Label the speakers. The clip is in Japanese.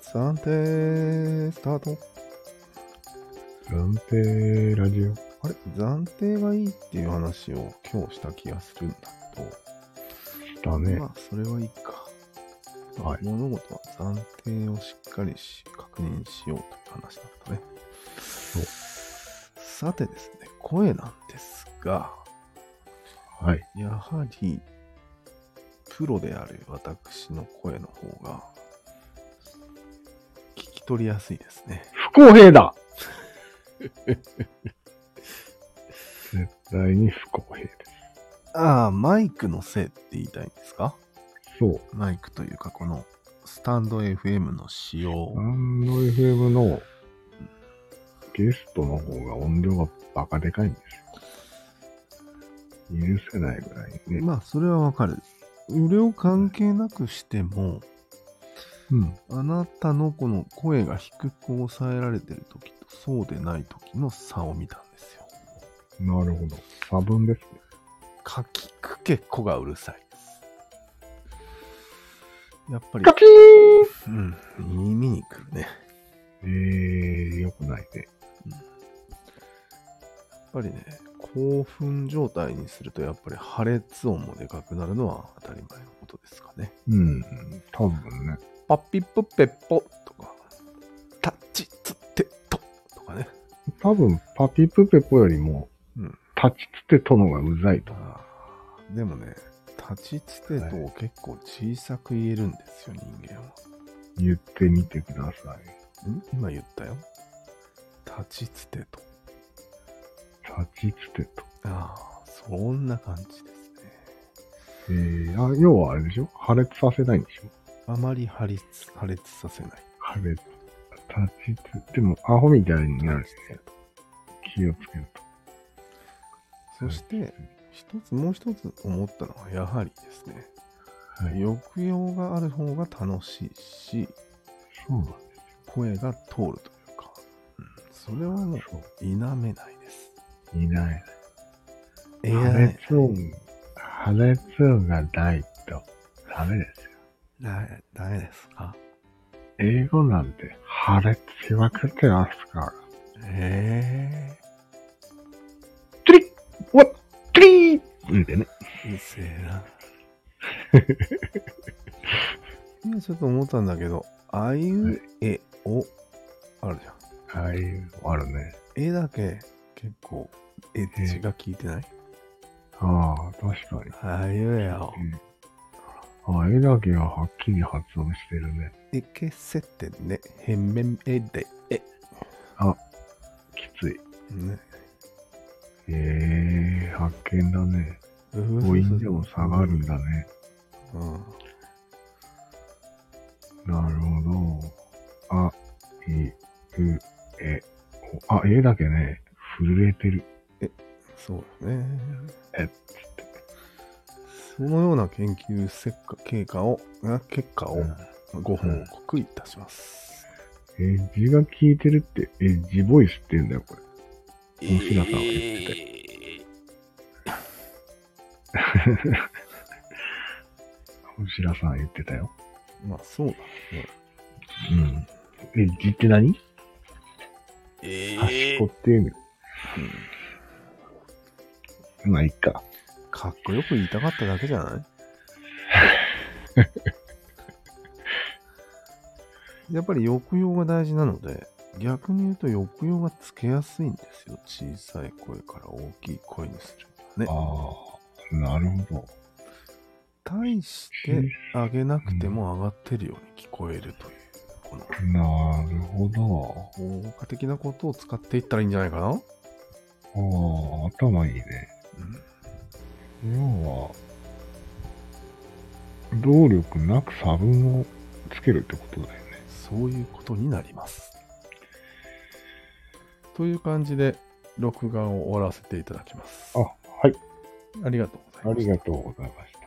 Speaker 1: 定、スタート。
Speaker 2: 暫定ラジオ。
Speaker 1: あれ暫定がいいっていう話を今日した気がするんだ
Speaker 2: だ
Speaker 1: けど、
Speaker 2: ね。
Speaker 1: まあ、それはいいか。
Speaker 2: はい
Speaker 1: 物事は暫定をしっかりし、確認しようという話だったね。
Speaker 2: う
Speaker 1: さてですね、声なんですが、
Speaker 2: はい。
Speaker 1: やはり、プロである私の声の方が、聞き取りやすいですね。
Speaker 2: 不公 平だ絶対に不公平です。
Speaker 1: ああ、マイクのせいって言いたいんですか
Speaker 2: そう。
Speaker 1: マイクというか、このスタンド FM の仕様
Speaker 2: ア。ンド FM のゲストの方が音量がバカでかいんですよ。許せないぐらいね。
Speaker 1: まあ、それはわかる。無料関係なくしても、
Speaker 2: うん。
Speaker 1: あなたのこの声が低く抑えられてる時とそうでない時の差を見たんですよ。
Speaker 2: なるほど。差分ですね。
Speaker 1: かきくけこがうるさいです。やっぱり、
Speaker 2: キ
Speaker 1: う
Speaker 2: ー
Speaker 1: ん、耳にくるね。
Speaker 2: えー、よくないね。
Speaker 1: やっぱりね、興奮状態にすると、やっぱり破裂音もでかくなるのは当たり前のことですかね。
Speaker 2: うん。多分ね。
Speaker 1: パッピップペッポとか、タッチツテトとかね。
Speaker 2: 多分、パピプペポよりも、
Speaker 1: うん
Speaker 2: タチツテトのがうざいと。
Speaker 1: あーでもね、タッチツテトを結構小さく言えるんですよ、人間は。
Speaker 2: 言ってみてください。
Speaker 1: ん今言ったよ。タチツテト。
Speaker 2: タチツテト。
Speaker 1: ああ、そんな感じですね。
Speaker 2: えー、あ、要はあれでしょ破裂させないんでしょ
Speaker 1: あまり破裂破裂させない。
Speaker 2: 破裂。タチツ、でも、アホみたいになるしね。気をつけると。
Speaker 1: そして、一つ、もう一つ思ったのは、やはりですね、
Speaker 2: はい。
Speaker 1: 抑揚がある方が楽しいし、
Speaker 2: そうなんで
Speaker 1: 声が通るというか、うん、それはもう
Speaker 2: すよ。
Speaker 1: 否めないです。
Speaker 2: いない。破
Speaker 1: AI
Speaker 2: 裂音、破裂音がないとダメですよ。
Speaker 1: だダメですか
Speaker 2: 英語なんて破裂しまくってますから。
Speaker 1: え
Speaker 2: トゥリッわっトゥリーうんでね。
Speaker 1: えうるせえな。 今ちょっと思ったんだけど、あいうえおあるじゃん。
Speaker 2: ああいう、あるね。
Speaker 1: えだけ結構エッジが効いてない。
Speaker 2: ああ、確かに。
Speaker 1: あいうえお。
Speaker 2: うん、ああ、絵だけははっきり発音してるね。
Speaker 1: えけせてね、へめんえでえ。
Speaker 2: きつい。
Speaker 1: ね。
Speaker 2: へえ、発見だね。母音でも下があるんだね。
Speaker 1: うん。
Speaker 2: なるほど。あ、い、う、え、おあ、絵だけね、震えてる。
Speaker 1: そうだね。
Speaker 2: え
Speaker 1: そのような研究成果経過を、あ結果をご報告いたします。
Speaker 2: エッジが効いてるって、エッジボイスって言うんだよ、これ。面白さを言ってて。おしらさん言ってたよ。
Speaker 1: まあそうだ。
Speaker 2: うん。エッジって何端っこっていう意味。まあ、いっか。
Speaker 1: かっこよく言いたかっただけじゃないやっぱり抑揚が大事なので、逆に言うと抑揚がつけやすいんですよ。小さい声から大きい声にするにはね。
Speaker 2: ああ、なるほど。
Speaker 1: 対して上げなくても上がってるように聞こえるという、この
Speaker 2: なるほど。
Speaker 1: 効果的なことを使っていったらいいんじゃないかな、うん、
Speaker 2: ああ、頭いいね。要は、動力なく差分をつけるってことだよね。
Speaker 1: そういうことになります。という感じで、録画を終わらせていただきます。
Speaker 2: あ、はい。
Speaker 1: ありがとうござい
Speaker 2: あ
Speaker 1: ま
Speaker 2: り
Speaker 1: した
Speaker 2: が。とうございました。